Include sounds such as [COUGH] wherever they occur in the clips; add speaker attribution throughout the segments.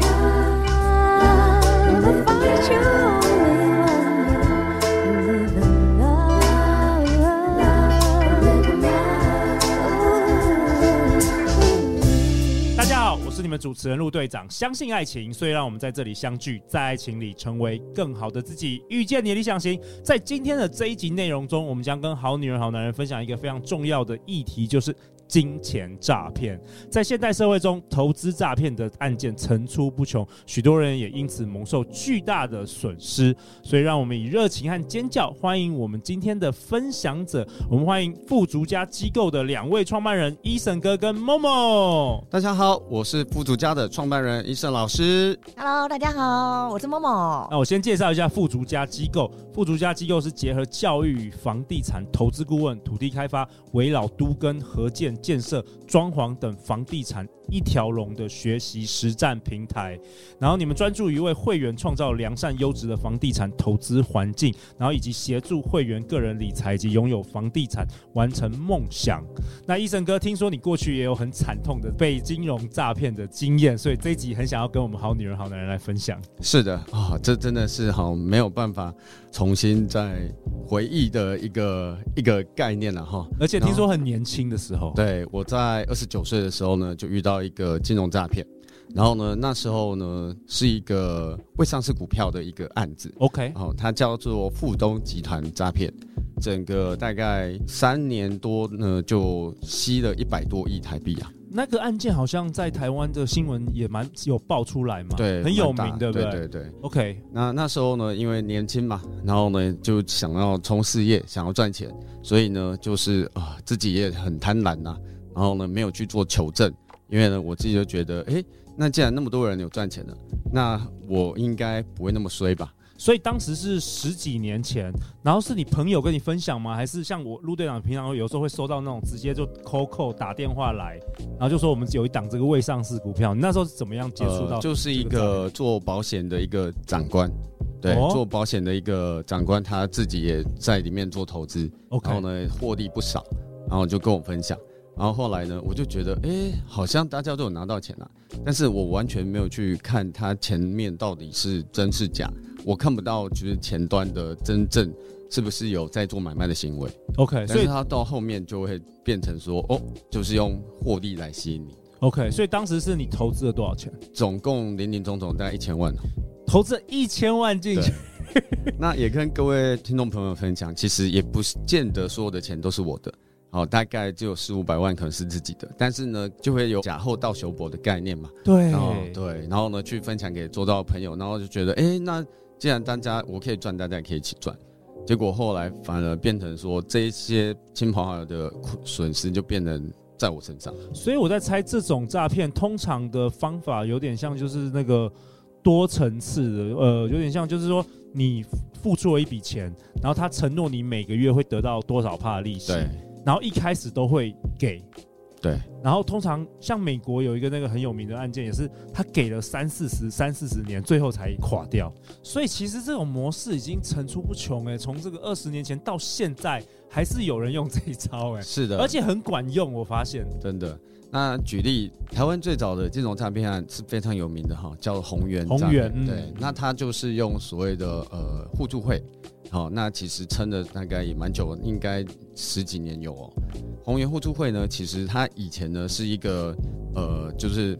Speaker 1: Love, find you only one. Live in love, live in love.
Speaker 2: 大家好，我是你们主持人陆队长。相信爱情，所以让我们在这里相聚，在爱情里成为更好的自己，遇见你的理想型。在今天的这一集内容中，我们将跟好女人、好男人分享一个非常重要的议题，就是。金钱诈骗在现代社会中，投资诈骗的案件层出不穷，许多人也因此蒙受巨大的损失。所以，让我们以热情和尖叫欢迎我们今天的分享者。我们欢迎富足家机构的两位创办人伊森哥跟 Momo。
Speaker 3: 大家好，我是富足家的创办人医生老师。
Speaker 4: Hello，大家好，我是某某。
Speaker 2: 那我先介绍一下富足家机构。富足家机构是结合教育与房地产投资顾问、土地开发、围绕都跟合建建设、装潢等房地产一条龙的学习实战平台。然后你们专注于为会员创造良善优质的房地产投资环境，然后以及协助会员个人理财以及拥有房地产完成梦想。那医生哥，听说你过去也有很惨痛的被金融诈骗的经验，所以这一集很想要跟我们好女人、好男人来分享。
Speaker 3: 是的啊、这真的是好没有办法重新再回忆的一个一个概念了哈。
Speaker 2: 而且听说很年轻的时候，
Speaker 3: 对我在二十九岁的时候呢，就遇到一个金融诈骗，然后呢，那时候呢是一个未上市股票的一个案子，
Speaker 2: ，OK，
Speaker 3: 哦，它叫做富东集团诈骗，整个大概三年多呢就吸了一百多亿台币啊。
Speaker 2: 那个案件好像在台湾的新闻也蛮有爆出来嘛，
Speaker 3: 对，
Speaker 2: 很有
Speaker 3: 蛮大
Speaker 2: 名，对不
Speaker 3: 对？对对。
Speaker 2: ？OK，
Speaker 3: 那那时候呢，因为年轻嘛，然后呢就想要冲事业，想要赚钱，所以呢就是啊、自己也很贪婪呐、然后呢没有去做求证，因为呢我自己就觉得，诶，那既然那么多人有赚钱了，那我应该不会那么衰吧？
Speaker 2: 所以当时是十几年前，然后是你朋友跟你分享吗？还是像我陆队长平常有时候会收到那种直接就 COCO 打电话来，然后就说我们有一档这个未上市股票，你那时候是怎么样接触到？
Speaker 3: 呃就是一
Speaker 2: 这个诈
Speaker 3: 个做保险的一个长官，对，
Speaker 2: 哦
Speaker 3: 做保险的一个长官，他自己也在里面做投资，然后
Speaker 2: OK，
Speaker 3: 呢获利不少，然后就跟我分享。然后后来呢，我就觉得，哎，好像大家都有拿到钱啊，但是我完全没有去看它前面到底是真是假，我看不到就是前端的真正是不是有在做买卖的行为，
Speaker 2: OK，哎
Speaker 3: 但
Speaker 2: 所
Speaker 3: 是
Speaker 2: 以
Speaker 3: 它到后面就会变成说，哦，就是用获利来吸引你，
Speaker 2: OK，所以当时是你投资了多少钱？
Speaker 3: 总共零零总总大概一千万哦。
Speaker 2: 投资了一千万进去，
Speaker 3: 那也跟各位听众朋友分享，其实也不是见得所有的钱都是我的，好、大概只有四五百万可能是自己的，但是呢，就会有假后到修补的概念嘛，
Speaker 2: 对
Speaker 3: 然后对，然后呢去分享给做到的朋友，然后就觉得，诶，那既然大家我可以赚，大家也可以一起赚，结果后来反而变成说这一些亲朋好友的损失就变成在我身上，
Speaker 2: 所以我在猜，这种诈骗通常的方法有点像就是那个多层次的，呃，有点像就是说你付出了一笔钱，然后他承诺你每个月会得到多少帕的利息，
Speaker 3: 对
Speaker 2: 然后一开始都会给，
Speaker 3: 对，
Speaker 2: 然后通常像美国有一个那个很有名的案件，也是他给了三四十、三四十年，最后才垮掉。所以其实这种模式已经层出不穷哎、从这个二十年前到现在，还是有人用这一招哎、
Speaker 3: 是的，
Speaker 2: 而且很管用，我发现。
Speaker 3: 真的。那举例，台湾最早的金融诈骗案是非常有名的哈，叫红源诈
Speaker 2: 红源
Speaker 3: 骗
Speaker 2: 嗯
Speaker 3: 对，那它就是用所谓的呃互助会，好、那其实撑了大概也蛮久，应该十几年有哦。红源互助会呢，其实它以前呢是一个呃，就是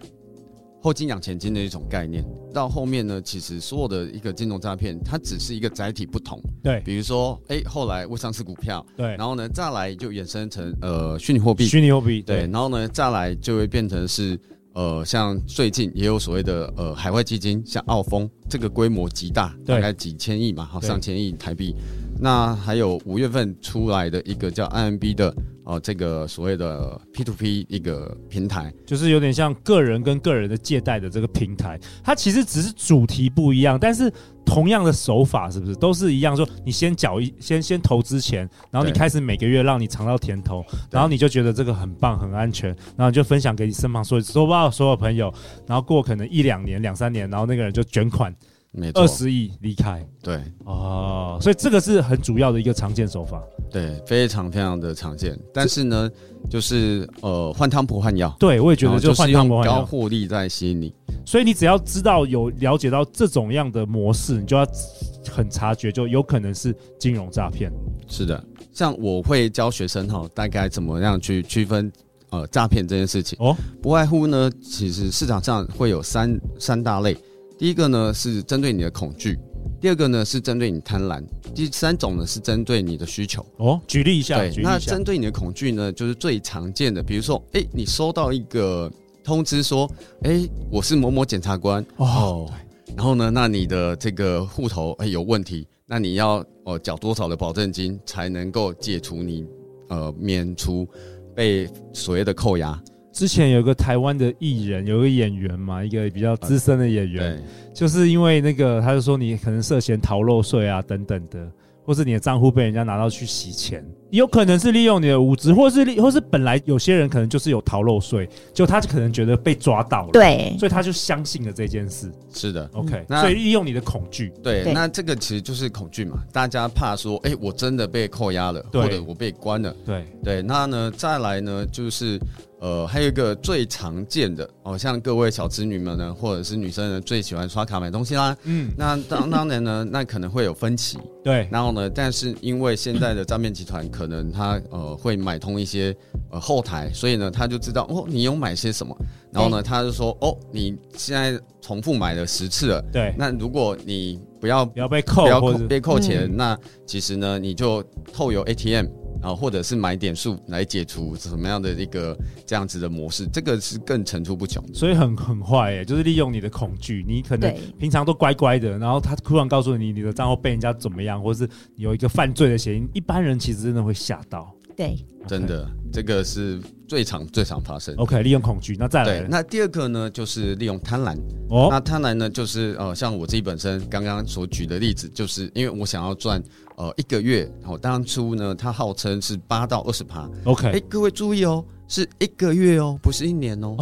Speaker 3: 后金养前金的一种概念。到后面呢，其实所有的一个金融诈骗，它只是一个载体不同。
Speaker 2: 对
Speaker 3: 比如说，哎、后来未上市股票，
Speaker 2: 对，
Speaker 3: 然后呢，再来就衍生成呃虚拟货币，
Speaker 2: 虚拟货币，
Speaker 3: 对，，然后呢，再来就会变成是呃，像最近也有所谓的呃海外基金，像澳丰这个规模极大，
Speaker 2: 对
Speaker 3: 大概几千亿嘛，好
Speaker 2: 对
Speaker 3: 上千亿台币。那还有五月份出来的一个叫 IMB 的呃这个所谓的 P to P 一个平台，
Speaker 2: 就是有点像个人跟个人的借贷的这个平台，它其实只是主题不一样，但是同样的手法是不是都是一样？说你先缴一先先投资钱，然后你
Speaker 3: 对
Speaker 2: 开始每个月让你尝到甜头，然后你就觉得这个很棒很安全，然后你就分享给你身旁所有周到所有朋友，然后过可能一两年两三年，然后那个人就卷款。
Speaker 3: 没错
Speaker 2: 二，十亿离开
Speaker 3: 对
Speaker 2: 哦，所以这个是很主要的一个常见手法。
Speaker 3: 对，非常非常的常见。但是呢，就是呃，换汤不换药，
Speaker 2: 对，我也觉
Speaker 3: 然
Speaker 2: 得
Speaker 3: 后
Speaker 2: 就
Speaker 3: 就是
Speaker 2: 换汤
Speaker 3: 用
Speaker 2: 不换
Speaker 3: 高
Speaker 2: 药。
Speaker 3: 获利在吸引你。
Speaker 2: 所以你只要知道有了解到这种样的模式，你就要很察觉，就有可能是金融诈骗。
Speaker 3: 是的，像我会教学生哈，大概怎么样去区分呃诈骗这件事情。
Speaker 2: 哦，
Speaker 3: 不外乎呢，其实市场上会有三三大类。第一个呢是针对你的恐惧，第二个呢是针对你贪婪，第三种呢是针对你的需求。
Speaker 2: 哦，举例一下，
Speaker 3: 对
Speaker 2: 举，例
Speaker 3: 那
Speaker 2: 一下
Speaker 3: 针，对你的恐惧呢，就是最常见的，比如说，哎，你收到一个通知说，哎，我是某某检察官
Speaker 2: 哦
Speaker 3: 哦，然后呢，那你的这个户头哎有问题，那你要哦缴多少的保证金才能够解除你呃免除被所谓的扣押？
Speaker 2: 之前有个台湾的艺人，有个演员嘛，一个比较资深的演员，
Speaker 3: 对，
Speaker 2: 就是因为那个，他就说你可能涉嫌逃漏税啊等等的，或是你的账户被人家拿到去洗钱，有可能是利用你的无知，或是利，或是本来有些人可能就是有逃漏税，就他可能觉得被抓到了，，
Speaker 4: 对，
Speaker 2: 所以他就相信了这件事。
Speaker 3: 是的。
Speaker 2: OK，、
Speaker 3: 那
Speaker 2: 所以利用你的恐惧，
Speaker 3: 对，
Speaker 4: 对
Speaker 3: 那这个其实就是恐惧嘛，大家怕说，哎、我真的被扣押了，
Speaker 2: 对
Speaker 3: 或者我被关了。
Speaker 2: 对，
Speaker 3: 对，那呢，再来呢，就是呃，还有一个最常见的哦，像各位小子女们呢，或者是女生呢，最喜欢刷卡买东西啦。
Speaker 2: 嗯，
Speaker 3: 那当当然呢，那可能会有分歧，
Speaker 2: 对，
Speaker 3: 然后呢，但是因为现在的诈骗集团可能他呃会买通一些呃后台，所以呢他就知道哦你有买些什么，然后呢他就说哦你现在重复买了十次了，
Speaker 2: 对，
Speaker 3: 那如果你不要
Speaker 2: 不要被扣
Speaker 3: 不，要
Speaker 2: 或
Speaker 3: 扣
Speaker 2: 者
Speaker 3: 被扣钱，
Speaker 4: 嗯
Speaker 3: 那其实呢，你就透由 ATM 啊，或者是买点数来解除什么样的一个这样子的模式，这个是更层出不穷的。
Speaker 2: 所以很很坏耶，就是利用你的恐惧，你可能
Speaker 4: 对
Speaker 2: 平常都乖乖的，然后他突然告诉你你的账号被人家怎么样，或是有一个犯罪的嫌疑，一般人其实真的会吓到，
Speaker 4: 对，
Speaker 3: 真的这个是最常最常发生的。
Speaker 2: OK，利用恐惧，那再来
Speaker 3: 对，那第二个呢，就是利用贪婪。
Speaker 2: 哎哦
Speaker 3: 那贪婪呢，就是呃，像我自己本身刚刚所举的例子，就是因为我想要赚呃一个月，哦，当初呢，他号称是八到二十趴，
Speaker 2: ，OK，
Speaker 3: 哎、各位注意哦，是一个月哦，不是一年哦。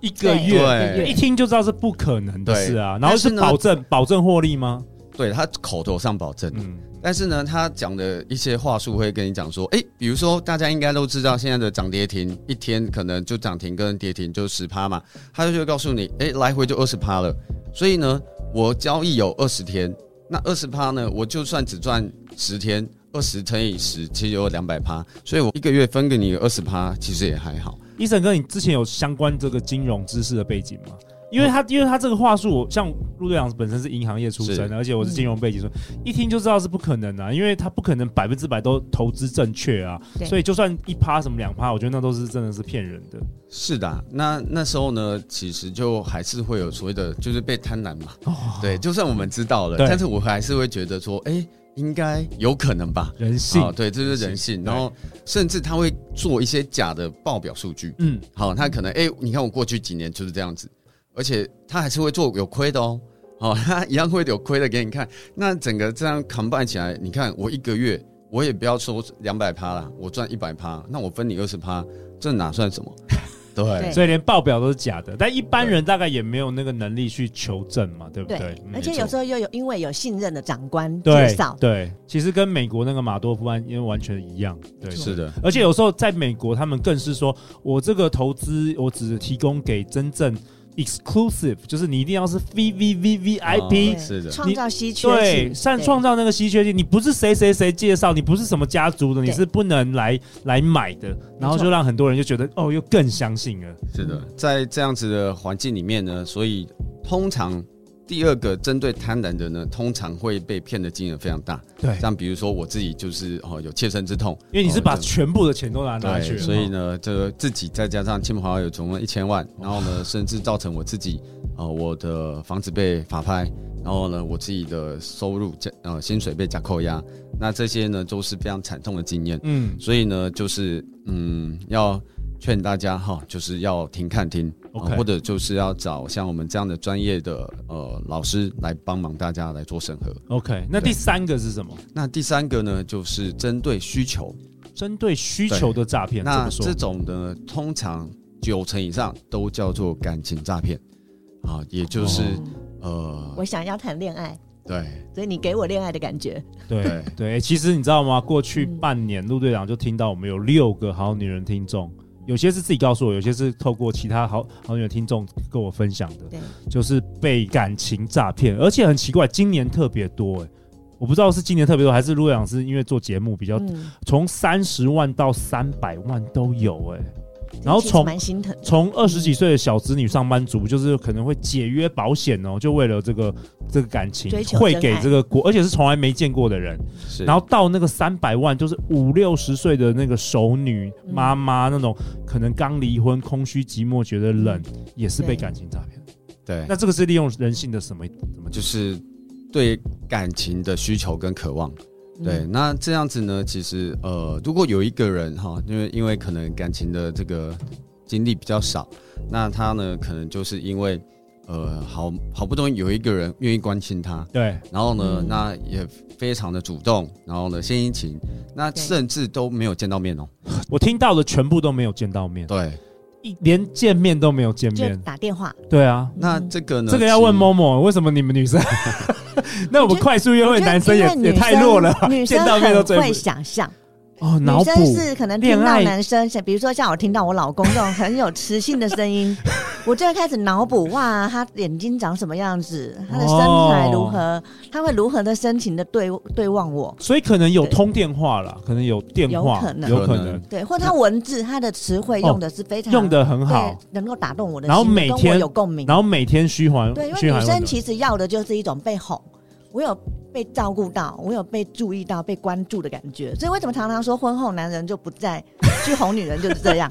Speaker 2: 一个
Speaker 4: 对
Speaker 2: 月
Speaker 3: 对
Speaker 2: 一听就知道是不可能的
Speaker 3: 对
Speaker 2: 事啊。然后
Speaker 3: 但是
Speaker 2: 是
Speaker 3: 呢
Speaker 2: 保证保证获利吗？
Speaker 3: 对他口头上保证，
Speaker 2: 嗯，
Speaker 3: 但是呢，他讲的一些话术会跟你讲说，诶，比如说大家应该都知道现在的涨跌停，一天可能就涨停跟跌停就十趴嘛，他就会告诉你，诶，来回就二十趴了。所以呢，我交易有二十天，那二十趴呢，我就算只赚十天，二十乘以十其实有两百趴，所以我一个月分给你二十趴，其实也还好。
Speaker 2: 医生哥，你之前有相关这个金融知识的背景吗？因为
Speaker 4: 嗯
Speaker 2: 他，因为他这个话术，我像陆队长本身是银行业出身
Speaker 3: 是
Speaker 2: 的，而且我是
Speaker 4: 嗯
Speaker 2: 金融背景，所以一听就知道是不可能啊，因为他不可能百分之百都投资正确啊，
Speaker 4: 对
Speaker 2: 所以就算一趴什么两趴，我觉得那都是真的是骗人的
Speaker 3: 是的啊、那那时候呢，其实就还是会有所谓的，就是被贪婪嘛。
Speaker 2: 哦，
Speaker 3: 对，就算我们知道了，
Speaker 2: 对
Speaker 3: 但是我还是会觉得说，哎、应该有可能吧。哦
Speaker 2: 人性，
Speaker 3: 对，这就是人性。然后，甚至他会做一些假的报表数据。
Speaker 2: 嗯，
Speaker 3: 好，他可能哎、你看我过去几年就是这样子，而且他还是会做有亏的哦。好， [LAUGHS] 他一样会有亏的给你看。那整个这样 combine 起来，你看我一个月，我也不要说两百趴啦，我赚一百趴，那我分你二十趴，这哪算什么？对
Speaker 4: 对
Speaker 2: 所以连报表都是假的，但一般人大概也没有那个能力去求证嘛，对不对？
Speaker 4: 对
Speaker 2: 嗯
Speaker 4: 而且有时候又有因为有信任的长官介
Speaker 2: 对
Speaker 4: 绍，
Speaker 2: 对，其实跟美国那个马多夫案因为完全一样，对，
Speaker 3: 是的，
Speaker 2: 而且有时候在美国，他们更是说我这个投资我只提供给真正 exclusive，就是你一定要是 V V V V I
Speaker 3: 对
Speaker 4: 哦
Speaker 2: P，、
Speaker 3: 是的
Speaker 4: 创造稀缺
Speaker 2: 对，
Speaker 4: 性
Speaker 2: 像
Speaker 4: 对
Speaker 2: 创造那个稀缺性，你不是谁谁谁介绍，你不是什么家族的，你
Speaker 4: 对
Speaker 2: 是不能来来买的，然后就让很多人就觉得哦，又更相信了。
Speaker 3: 是的，在这样子的环境里面呢，所以通常第二个针对贪婪的呢，通常会被骗的金额非常大。
Speaker 2: 对
Speaker 3: 像比如说我自己就是哦有切身之痛，
Speaker 2: 因为你是
Speaker 3: 哦
Speaker 2: 把
Speaker 3: 这
Speaker 2: 全部的钱都拿拿去
Speaker 3: 对，
Speaker 2: 了，
Speaker 3: 所以呢，这个自己再加上亲朋好友总共一千万，然后呢，甚至造成我自己呃我的房子被法拍，然后呢我自己的收入加呃薪水被假扣押，那这些呢都是非常惨痛的经验。
Speaker 2: 嗯
Speaker 3: 所以呢，就是嗯，要劝大家哈，就是要听看听
Speaker 2: OK
Speaker 3: 啊或者就是要找像我们这样的专业的呃老师来帮忙大家来做审核。
Speaker 2: ，OK，那
Speaker 3: 对
Speaker 2: 第三个是什么？
Speaker 3: 那第三个呢，就是针对需求，
Speaker 2: 针对需求的诈骗，怎
Speaker 3: 那
Speaker 2: 么说
Speaker 3: 这？种呢，通常九成以上都叫做感情诈骗啊，也就是、
Speaker 2: 哦
Speaker 3: 呃，
Speaker 4: 我想要谈恋爱，
Speaker 3: 对
Speaker 4: 所以你给我恋爱的感觉。
Speaker 2: 对
Speaker 3: 对
Speaker 2: 对，其实你知道吗？过去
Speaker 4: 嗯
Speaker 2: 半年，陆队长就听到我们有六个好女人听众，有些是自己告诉我，有些是透过其他好好女人听众跟我分享的，
Speaker 4: 对，
Speaker 2: 就是被感情诈骗，而且很奇怪，今年特别多哎、我不知道是今年特别多，还是陆队长是因为做节目比较，
Speaker 4: 嗯，
Speaker 2: 从三十万到三百万都有哎、然后
Speaker 4: 其实
Speaker 2: 从
Speaker 4: 蛮心疼的，
Speaker 2: 从二十几岁的小子女上班族，就是可能会解约保险哦，就为了这个这个感情
Speaker 4: 追，求
Speaker 2: 会
Speaker 4: 真
Speaker 2: 给
Speaker 4: 爱
Speaker 2: 这个国，而且是从来没见过的人，
Speaker 3: 是，
Speaker 2: 然后到那个三百万，就是五六十岁的那个熟女
Speaker 4: 嗯
Speaker 2: 妈妈那种，可能刚离婚、空虚、寂寞、觉得冷，也是被
Speaker 4: 对
Speaker 2: 感情诈骗。
Speaker 3: 对，
Speaker 2: 那这个是利用人性的什么？怎么就
Speaker 3: 就是对感情的需求跟渴望。对，
Speaker 4: 嗯
Speaker 3: 那这样子呢，其实呃，如果有一个人哈，因为因为可能感情的这个经历比较少，那他呢可能就是因为呃好好不容易有一个人愿意关心他，
Speaker 2: 对
Speaker 3: 然后呢，
Speaker 4: 嗯
Speaker 3: 那也非常的主动，然后呢献殷勤，那
Speaker 4: 对
Speaker 3: 甚至都没有见到面哦、
Speaker 2: 我听到的全部都没有见到面，
Speaker 3: 对，
Speaker 2: 一连见面都没有见
Speaker 4: 就
Speaker 2: 面。
Speaker 4: 打电话。
Speaker 2: 对啊，
Speaker 3: 那
Speaker 4: 嗯
Speaker 3: 这个呢，
Speaker 2: 这个要问
Speaker 3: 其
Speaker 2: 某某，为什么你们 [LAUGHS] 女生？那我们快速约会男生也
Speaker 4: 我觉得因为
Speaker 2: 也
Speaker 4: 女生
Speaker 2: 太弱了吧，
Speaker 4: 女生
Speaker 2: 见到面都追
Speaker 4: 很
Speaker 2: 不
Speaker 4: 会想象，
Speaker 2: 哦， [LAUGHS] 脑
Speaker 4: 女
Speaker 2: 补
Speaker 4: 生是可能听
Speaker 2: 恋
Speaker 4: 到
Speaker 2: 爱
Speaker 4: 男生，像比如说像我听到我老公这种很有磁性的
Speaker 2: [LAUGHS]
Speaker 4: 声音，我就会开始脑补哇，他眼睛长什么样子，他的身
Speaker 2: 哦
Speaker 4: 材如何，他会如何的深情的对对望我，
Speaker 2: 所以可能有
Speaker 4: 对
Speaker 2: 通电话啦，可能有电话，
Speaker 4: 有可能
Speaker 2: 有可
Speaker 3: 可能
Speaker 2: 能
Speaker 4: 对，或者他文字他的词汇用的是非
Speaker 2: 哦
Speaker 4: 常、
Speaker 2: 用的很
Speaker 4: 对
Speaker 2: 好，
Speaker 4: 能够打动我的心，
Speaker 2: 然后每
Speaker 4: 跟我
Speaker 2: 天
Speaker 4: 有共鸣，
Speaker 2: 然后每天嘘寒
Speaker 4: 对，因
Speaker 2: 哦嘘
Speaker 4: 为
Speaker 2: 寒
Speaker 4: 女
Speaker 2: 问
Speaker 4: 生
Speaker 2: 暖。
Speaker 4: 其实要的就是一种被哄，我有被照顾到，我有被注意到、被关注的感觉。所以为什么常常说婚后男人就不再去哄女人，就是这
Speaker 2: [LAUGHS]
Speaker 4: 样，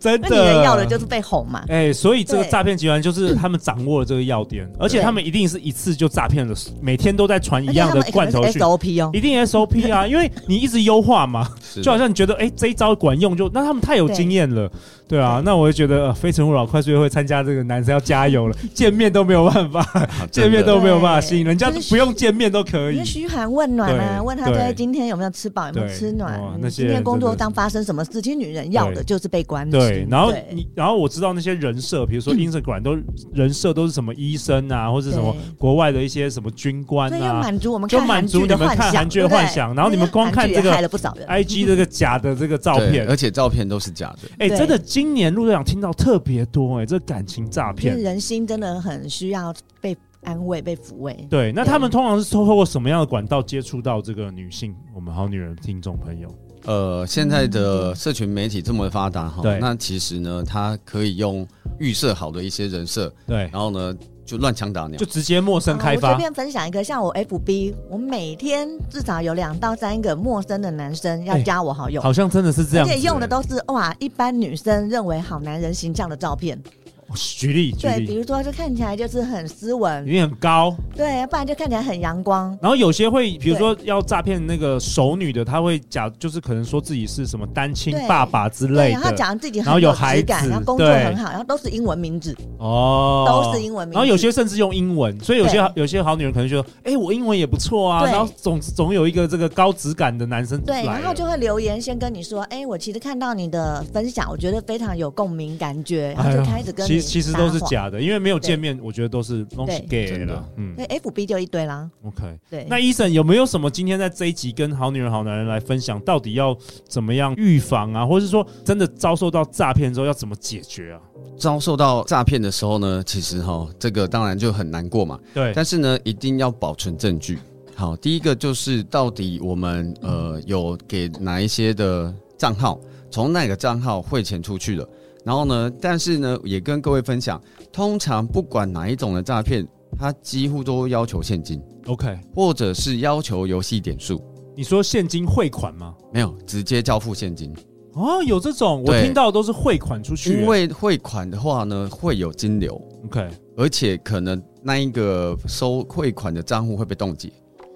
Speaker 2: 真
Speaker 4: 因为女人
Speaker 2: 的
Speaker 4: 要的就是被哄嘛。
Speaker 2: 哎、所以这个
Speaker 4: 对
Speaker 2: 诈骗集团就是他们掌握了这个要点，而且他们一定是一次就诈骗了，每天都在传
Speaker 4: 而
Speaker 2: 一
Speaker 4: 且
Speaker 2: 样
Speaker 4: 他
Speaker 2: 的
Speaker 4: 们可
Speaker 2: 罐
Speaker 4: 能
Speaker 2: 头
Speaker 4: 是
Speaker 2: 讯，
Speaker 4: SOP 哦，
Speaker 2: 一定 SOP 啊，因为你一直优化嘛，
Speaker 4: [LAUGHS]
Speaker 3: 实
Speaker 2: 就好像你觉得哎、这一招管用就，那他们太有经验了，对啊，那我就觉得、呃非诚勿扰快速约会参加这个男生要加油了，见面都没有办法， [LAUGHS]
Speaker 3: 啊
Speaker 2: 见面
Speaker 3: 真的
Speaker 2: 都没有办法
Speaker 4: 对
Speaker 2: 吸引，人家
Speaker 4: 就是
Speaker 2: 不用见面都可
Speaker 4: 因
Speaker 2: 以
Speaker 4: 为。嘘寒问暖啊，
Speaker 2: 对
Speaker 4: 问他在
Speaker 2: 对
Speaker 4: 今天有没有吃饱，有没有
Speaker 2: 对
Speaker 4: 吃暖
Speaker 2: 哇，那
Speaker 4: 你
Speaker 2: 些
Speaker 4: 今
Speaker 2: 人
Speaker 4: 天工
Speaker 2: 真
Speaker 4: 作
Speaker 2: 的
Speaker 4: 当发生什么事，其实女人要的就是被关心。
Speaker 2: 对，然后
Speaker 4: 嗯对嗯
Speaker 2: 你，然后我知道那些人设，比如说 Instagram 都人设都是什么医生啊，或是什么
Speaker 4: 对
Speaker 2: 国外的一些什么军官
Speaker 4: 所以要
Speaker 2: 啊
Speaker 4: 满足我们
Speaker 2: 就
Speaker 4: 看韩
Speaker 2: 满足
Speaker 4: 剧的
Speaker 2: 你们
Speaker 4: 幻
Speaker 2: 看韩
Speaker 4: 想，
Speaker 2: 剧
Speaker 4: 对
Speaker 2: 的
Speaker 4: 不
Speaker 2: 幻
Speaker 4: 对
Speaker 2: 想然后你们光
Speaker 4: 韩
Speaker 2: 看
Speaker 4: 剧
Speaker 2: 这
Speaker 4: 也
Speaker 2: 个
Speaker 4: 害了不少人。
Speaker 2: ，IG 这个假的这个照
Speaker 3: 对
Speaker 2: 片
Speaker 3: 而，且照片都是假的。
Speaker 2: 哎，
Speaker 4: 对
Speaker 2: 真的今年陆队长听到特别多哎，这感情诈
Speaker 4: 就
Speaker 2: 骗
Speaker 4: 是。人心嗯真的很需要被安慰、被抚慰。
Speaker 2: 对，那
Speaker 4: 对
Speaker 2: 他们通常是透过什么样的管道接触到这个女性，我们好女人听众朋友？
Speaker 3: 呃，现在
Speaker 4: 嗯
Speaker 3: 的社群媒体这么发达哈
Speaker 2: 对，
Speaker 3: 那其实呢，它可以用预设好的一些人设，
Speaker 2: 对，
Speaker 3: 然后呢就乱枪打鸟
Speaker 2: 就，直接陌生开
Speaker 4: 啊我
Speaker 2: 发
Speaker 4: 随，便分享一个，像我 FB，我每天至少有两到三个陌生的男生要
Speaker 2: 哎
Speaker 4: 加我好友，
Speaker 2: 好像真的是这
Speaker 4: 而
Speaker 2: 样子。欸
Speaker 4: 且用的都是哇，一般女生认为好男人形象的照片。
Speaker 2: 哎举例举
Speaker 4: 对，比
Speaker 2: 例，
Speaker 4: 如说就看起来就是很斯文，
Speaker 2: 你很高，
Speaker 4: 对，不然就看起来很阳光。
Speaker 2: 然后有些会，比如说要诈骗那个熟女的，她会假，就是可能说自己是什么单亲
Speaker 4: 对
Speaker 2: 爸爸之
Speaker 4: 对，
Speaker 2: 类
Speaker 4: 然后
Speaker 2: 的，
Speaker 4: 讲自己
Speaker 2: 然后
Speaker 4: 很
Speaker 2: 有孩
Speaker 4: 质感，
Speaker 2: 子
Speaker 4: 然后工作
Speaker 2: 对
Speaker 4: 很好，然后都是英文名字，
Speaker 2: 哦，
Speaker 4: 都是英文名字。
Speaker 2: 然后有些甚至用英文，所以有些
Speaker 4: 对
Speaker 2: 有些好女人可能就说，哎，我英文也不错啊，
Speaker 4: 对
Speaker 2: 然后总总有一个这个高质感的男生
Speaker 4: 对，
Speaker 2: 来
Speaker 4: 然后
Speaker 2: 了
Speaker 4: 就会留言先跟你说，哎、我其实看到你的分享，我觉得非常有共鸣感觉，然
Speaker 2: 哎
Speaker 4: 后
Speaker 2: 呦
Speaker 4: 就开始跟
Speaker 2: 其实
Speaker 4: 你
Speaker 2: 其实都是
Speaker 4: 搭话。
Speaker 2: 假的，因为没有见面，我觉得都是东西
Speaker 4: 对
Speaker 2: 给
Speaker 3: 真的
Speaker 2: 了，嗯
Speaker 4: 对，FB 就一堆啦。
Speaker 2: ，OK。
Speaker 4: 对，
Speaker 2: 那医生有没有什么今天在这一集跟好女人、好男人来分享，到底要怎么样预防啊，或者是说真的遭受到诈骗之后要怎么解决啊？
Speaker 3: 遭受到诈骗的时候呢，其实哈、这个当然就很难过嘛。
Speaker 2: 对，
Speaker 3: 但是呢，一定要保存证据。好，第一个就是到底我们呃有给哪一些的账号，从哪个账号汇钱出去了。然后呢，但是呢，也跟各位分享，通常不管哪一种的诈骗，它几乎都要求现金，
Speaker 2: OK，
Speaker 3: 或者是要求游戏点数，
Speaker 2: 你说现金汇款吗？
Speaker 3: 没有直接交付现金。
Speaker 2: 哦，有这种，我
Speaker 3: 对
Speaker 2: 听到的都是汇款出去。
Speaker 3: 因为汇款的话呢，会有金流，
Speaker 2: OK，
Speaker 3: 而且可能那一个收汇款的账户会被冻结，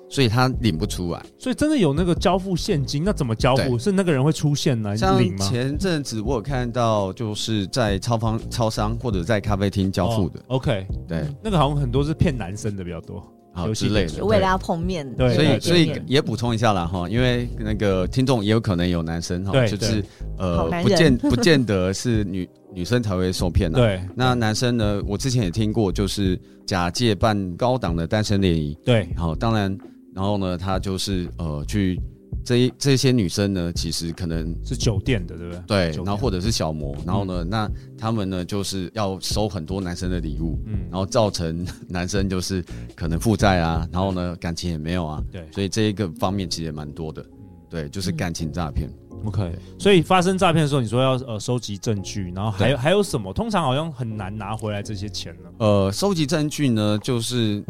Speaker 3: 所以他领不出来。
Speaker 2: 所以真的有那个交付现金，那怎么交付？
Speaker 3: 对
Speaker 2: 是那个人会出现来
Speaker 3: 像
Speaker 2: 领啊吗？
Speaker 3: 前阵子我有看到，就是在超方、超商或者在咖啡厅交付的，
Speaker 2: 哦 OK，
Speaker 3: 对
Speaker 2: 那个好像很多是骗男生的比较多。
Speaker 3: 好
Speaker 2: 游戏
Speaker 3: 之类
Speaker 2: 点数
Speaker 3: 的
Speaker 4: 就为了要碰面，
Speaker 2: 对
Speaker 3: 所以，
Speaker 2: 对
Speaker 3: 所
Speaker 4: 见
Speaker 3: 以
Speaker 4: 面
Speaker 3: 也补充一下啦哈，因为那个听众也有可能有男生哈，
Speaker 2: 对
Speaker 3: 就是呃
Speaker 4: 好，男
Speaker 3: 不
Speaker 4: 人 [LAUGHS]
Speaker 3: 见不见得是女女生才会受骗啊。
Speaker 2: 对
Speaker 3: 那男生呢，我之前也听过，就是假借办高档的单身联谊，
Speaker 2: 对
Speaker 3: 好，当然，然后呢，他就是呃去这一这些女生呢，其实可能
Speaker 2: 是酒店的，对不对？
Speaker 3: 对，
Speaker 2: 酒
Speaker 3: 然
Speaker 2: 店
Speaker 3: 后或者是小模，然后呢，那他们呢就是要收很多男生的礼物，
Speaker 2: 嗯
Speaker 3: 然，后造成男生就是可能负债啊，然后呢感情也没有啊，
Speaker 2: 对
Speaker 3: 所以这一个方面其实也蛮多的，对，就是感情诈骗。
Speaker 2: ，OK。所以发生诈骗的时候，你说要呃收集证据，然后还有还有什么？通常好像很难拿回来这些钱呢。
Speaker 3: 呃，收集证据呢，就是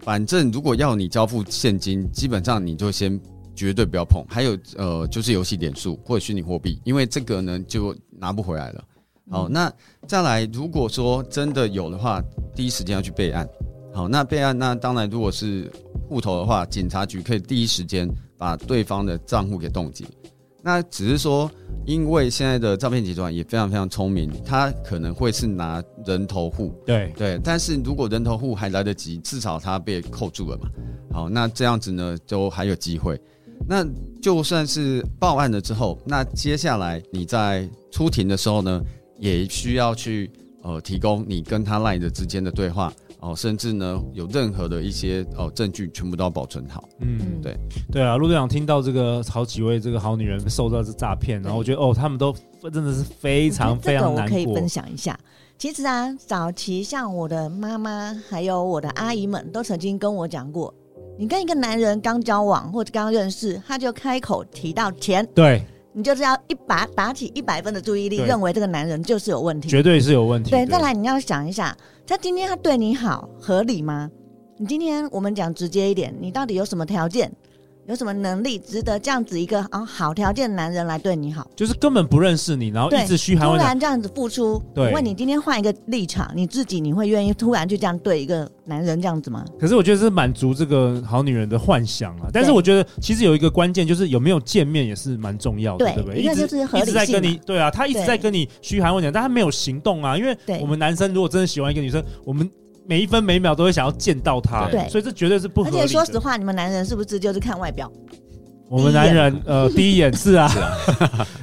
Speaker 3: 反正如果要你交付现金，基本上你就先绝对不要碰。还有呃，就是游戏点数或者虚拟货币，因为这个呢就拿不回来了。好，那再来，如果说真的有的话，第一时间要去备案。好，那备案，那当然如果是户头的话，警察局可以第一时间把对方的账户给冻结。那只是说，因为现在的诈骗集团也非常非常聪明，他可能会是拿人头户，
Speaker 2: 对，
Speaker 3: 对，但是如果人头户还来得及，至少他被扣住了嘛。好，那这样子呢，就还有机会。那就算是报案了之后，那接下来你在出庭的时候呢，也需要去呃提供你跟他赖的之间的对话哦，甚至呢有任何的一些哦证据，全部都要保存好。
Speaker 2: 嗯。
Speaker 4: 嗯
Speaker 3: 对
Speaker 2: 对啊，陆队长听到这个好几位这个好女人受到这诈骗，然后我觉得哦，他们都真的是非常非常难
Speaker 4: 这个我可以
Speaker 2: 过。
Speaker 4: 分享一下。其实啊，早期像我的妈妈还有我的阿姨们都曾经跟我讲过，你跟一个男人刚交往或者刚认识，他就开口提到钱，
Speaker 2: 对，
Speaker 4: 你就是要一把打起一百分的注意力，
Speaker 2: 对
Speaker 4: 认为这个男人就是有问题。
Speaker 2: 绝对是有问题。
Speaker 4: 对，再来你要想一下，他今天他对你好合理吗？你今天我们讲直接一点，你到底有什么条件，有什么能力，值得这样子一个啊、好条件的男人来对你好？
Speaker 2: 就是根本不认识你，然后
Speaker 4: 对
Speaker 2: 一直嘘寒
Speaker 4: 突
Speaker 2: 问暖。
Speaker 4: 然这样子付出，
Speaker 2: 对
Speaker 4: 我问你今天换一个立场，你自己你会愿意突然就这样对一个男人这样子吗？
Speaker 2: 可是我觉得是满足这个好女人的幻想啊。但是我觉得其实有一个关键就是有没有见面也是蛮重要的，
Speaker 4: 对
Speaker 2: 对不对？
Speaker 4: 一个
Speaker 2: 直
Speaker 4: 就是合理
Speaker 2: 一直在跟你
Speaker 4: 性
Speaker 2: 对啊，他一直
Speaker 4: 对
Speaker 2: 在跟你嘘寒问暖，但他没有行动啊。因为
Speaker 4: 对
Speaker 2: 我们男生如果真的喜欢一个女生，我们每一分每一秒都会想要见到她，
Speaker 4: 对
Speaker 2: 所以这绝对是不合
Speaker 4: 而
Speaker 2: 理的。
Speaker 4: 且说实话，你们男人是不是就是看外表？
Speaker 2: 我们男人呃第一眼 [LAUGHS] 是啊，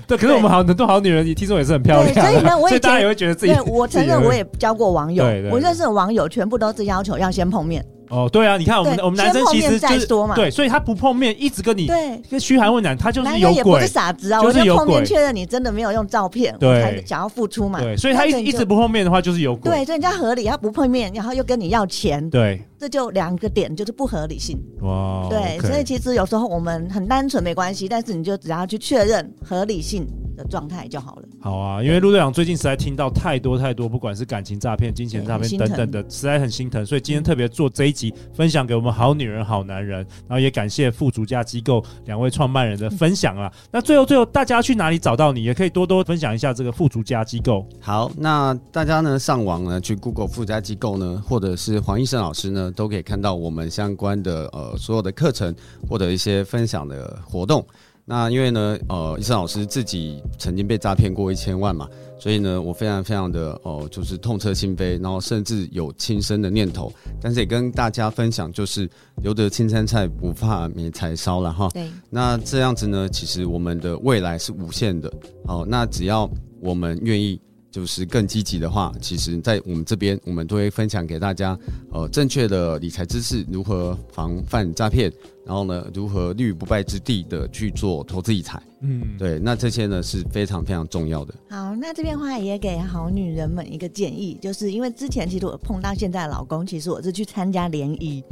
Speaker 2: 对，可是我们好很多好女人，也听说也是很漂亮
Speaker 4: 对
Speaker 2: 啊，
Speaker 4: 所以呢我也
Speaker 2: 所以大家
Speaker 4: 觉得
Speaker 2: 也会 [LAUGHS] 觉得自己
Speaker 4: 对，我承认我也交过网友
Speaker 2: 对对，对
Speaker 4: 我认识的网友全部都是要求要先碰面，
Speaker 2: 哦，对啊，你看我们
Speaker 4: 对
Speaker 2: 我们男生
Speaker 4: 先碰
Speaker 2: 其
Speaker 4: 面
Speaker 2: 实就
Speaker 4: 再
Speaker 2: 是
Speaker 4: 说嘛
Speaker 2: 对，所以他不碰面，一直跟你
Speaker 4: 对。
Speaker 2: 跟嘘寒问暖，他就是
Speaker 4: 男
Speaker 2: 有
Speaker 4: 人也不
Speaker 2: 鬼
Speaker 4: 是，傻子啊，
Speaker 2: 就
Speaker 4: 我
Speaker 2: 是
Speaker 4: 就
Speaker 2: 有
Speaker 4: 碰面
Speaker 2: 鬼
Speaker 4: 确认你真的没有用照片，我
Speaker 2: 对
Speaker 4: 才想要付出嘛。
Speaker 2: 对，所以他一直
Speaker 4: 那你
Speaker 2: 一
Speaker 4: 就
Speaker 2: 直不碰面的话就是有鬼，
Speaker 4: 对，所以人家合理，他不碰面，然后又跟你要钱，
Speaker 2: 对，
Speaker 4: 这就两个点，就是不合理性。
Speaker 2: 哇，
Speaker 4: 对，
Speaker 2: OK
Speaker 4: 所以其实有时候我们很单纯没关系，但是你就只要去确认合理性的状态就好了。
Speaker 2: 好啊，因为陆队长最近实在听到太多太多，不管是感情诈骗、金钱诈骗
Speaker 4: 对
Speaker 2: 等
Speaker 4: 很心
Speaker 2: 等的，实在很心疼，所以今天特别做这一集分享给我们好女人、好男人，然后也感谢富足家机构两位创办人的分享啊。那最后最后，大家去哪里找到你？也可以多多分享一下这个富足家机构。
Speaker 3: 好，那大家呢上网呢去 Google 附加机构呢，或者是黄医生老师呢，都可以看到我们相关的呃所有的课程或者一些分享的活动。那因为呢，呃，医生老师自己曾经被诈骗过一千万嘛，所以呢，我非常非常的哦、呃就是痛彻心扉，然后甚至有轻生的念头，但是也跟大家分享，就是留得青山在，不怕没柴烧了哈。
Speaker 4: 对，
Speaker 3: 嗯那这样子呢，其实我们的未来是无限的。好，那只要我们愿意，就是更积极的话，其实，在我们这边，我们都会分享给大家，呃，正确的理财知识，如何防范诈骗，然后呢，如何立于不败之地的去做投资理财。
Speaker 2: 嗯，
Speaker 3: 对，那这些呢是非常非常重要的。
Speaker 4: 好，那这边的话也给好女人们一个建议，就是因为之前其实我碰到现在的老公，其实我是去参加联谊。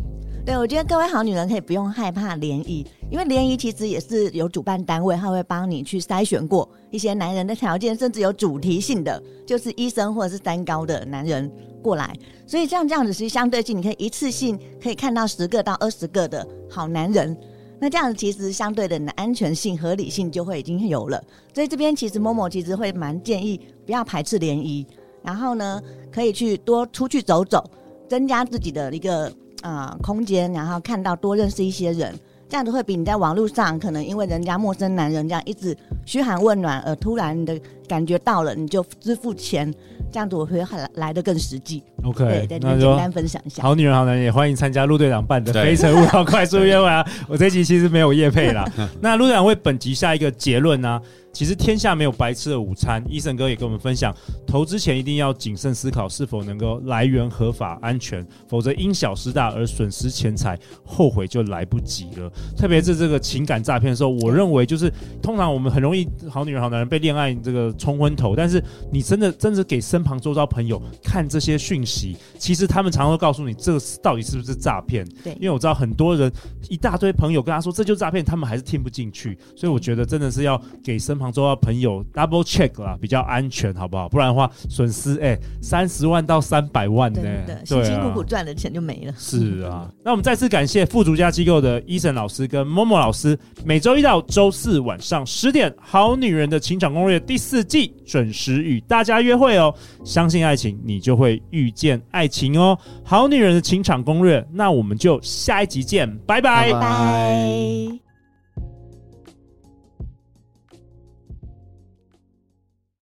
Speaker 4: 对，我觉得各位好女人可以不用害怕联谊，因为联谊其实也是有主办单位，他会帮你去筛选过一些男人的条件，甚至有主题性的，就是医生或者是三高的男人过来。所以像这样子，其实相对性，你可以一次性可以看到十个到二十个的好男人。那这样子其实相对的你的安全性、合理性就会已经有了。所以这边其实某某其实会蛮建议不要排斥联谊，然后呢可以去多出去走走，增加自己的一个啊、呃空间，然后看到多认识一些人。这样子会比你在网络上可能因为人家陌生男人这样一直嘘寒问暖，而突然你的感觉到了，你就支付钱，这样子我会来来的更实际。对，
Speaker 2: OK，
Speaker 4: 在这
Speaker 2: 那
Speaker 4: 边
Speaker 2: 就
Speaker 4: 简单分享一下。
Speaker 2: 好女人好男人也欢迎参加陆队长办的《
Speaker 3: 对
Speaker 2: 非诚勿扰快速约会》啊！我这一集其实没有叶配啦。那陆队长为本集下一个结论呢、其实天下没有白吃的午餐。医生哥也跟我们分享，投资前一定要谨慎思考是否能够来源合法、安全，否则因小失大而损失钱财，后悔就来不及了。特别是这个情感诈骗的时候，我认为就是通常我们很容易好女人好男人被恋爱这个冲昏头，但是你真的真的给身旁周遭朋友看这些讯息，其实他们常会告诉你这个是到底是不是诈骗。
Speaker 4: 对
Speaker 2: 因为我知道很多人一大堆朋友跟他说这就是诈骗，他们还是听不进去，所以我觉得真的是要给身旁周遭朋友 double check 啦，比较安全，好不好？不然的话损失哎三十万到三百万呢、
Speaker 4: 真
Speaker 2: 欸，
Speaker 4: 的，
Speaker 2: 对
Speaker 4: 辛辛
Speaker 2: 啊
Speaker 4: 苦苦赚的钱就没了。
Speaker 2: 是
Speaker 4: [LAUGHS]
Speaker 2: 啊，那我们再次感谢富足家机构的伊森老师跟默默老师，每周一到周四晚上十点，《好女人的情场攻略》第四季准时与大家约会哦。相信爱情，你就会遇见爱情哦。《好女人的情场攻略》，那我们就下一集见，拜拜
Speaker 3: 拜
Speaker 4: 拜。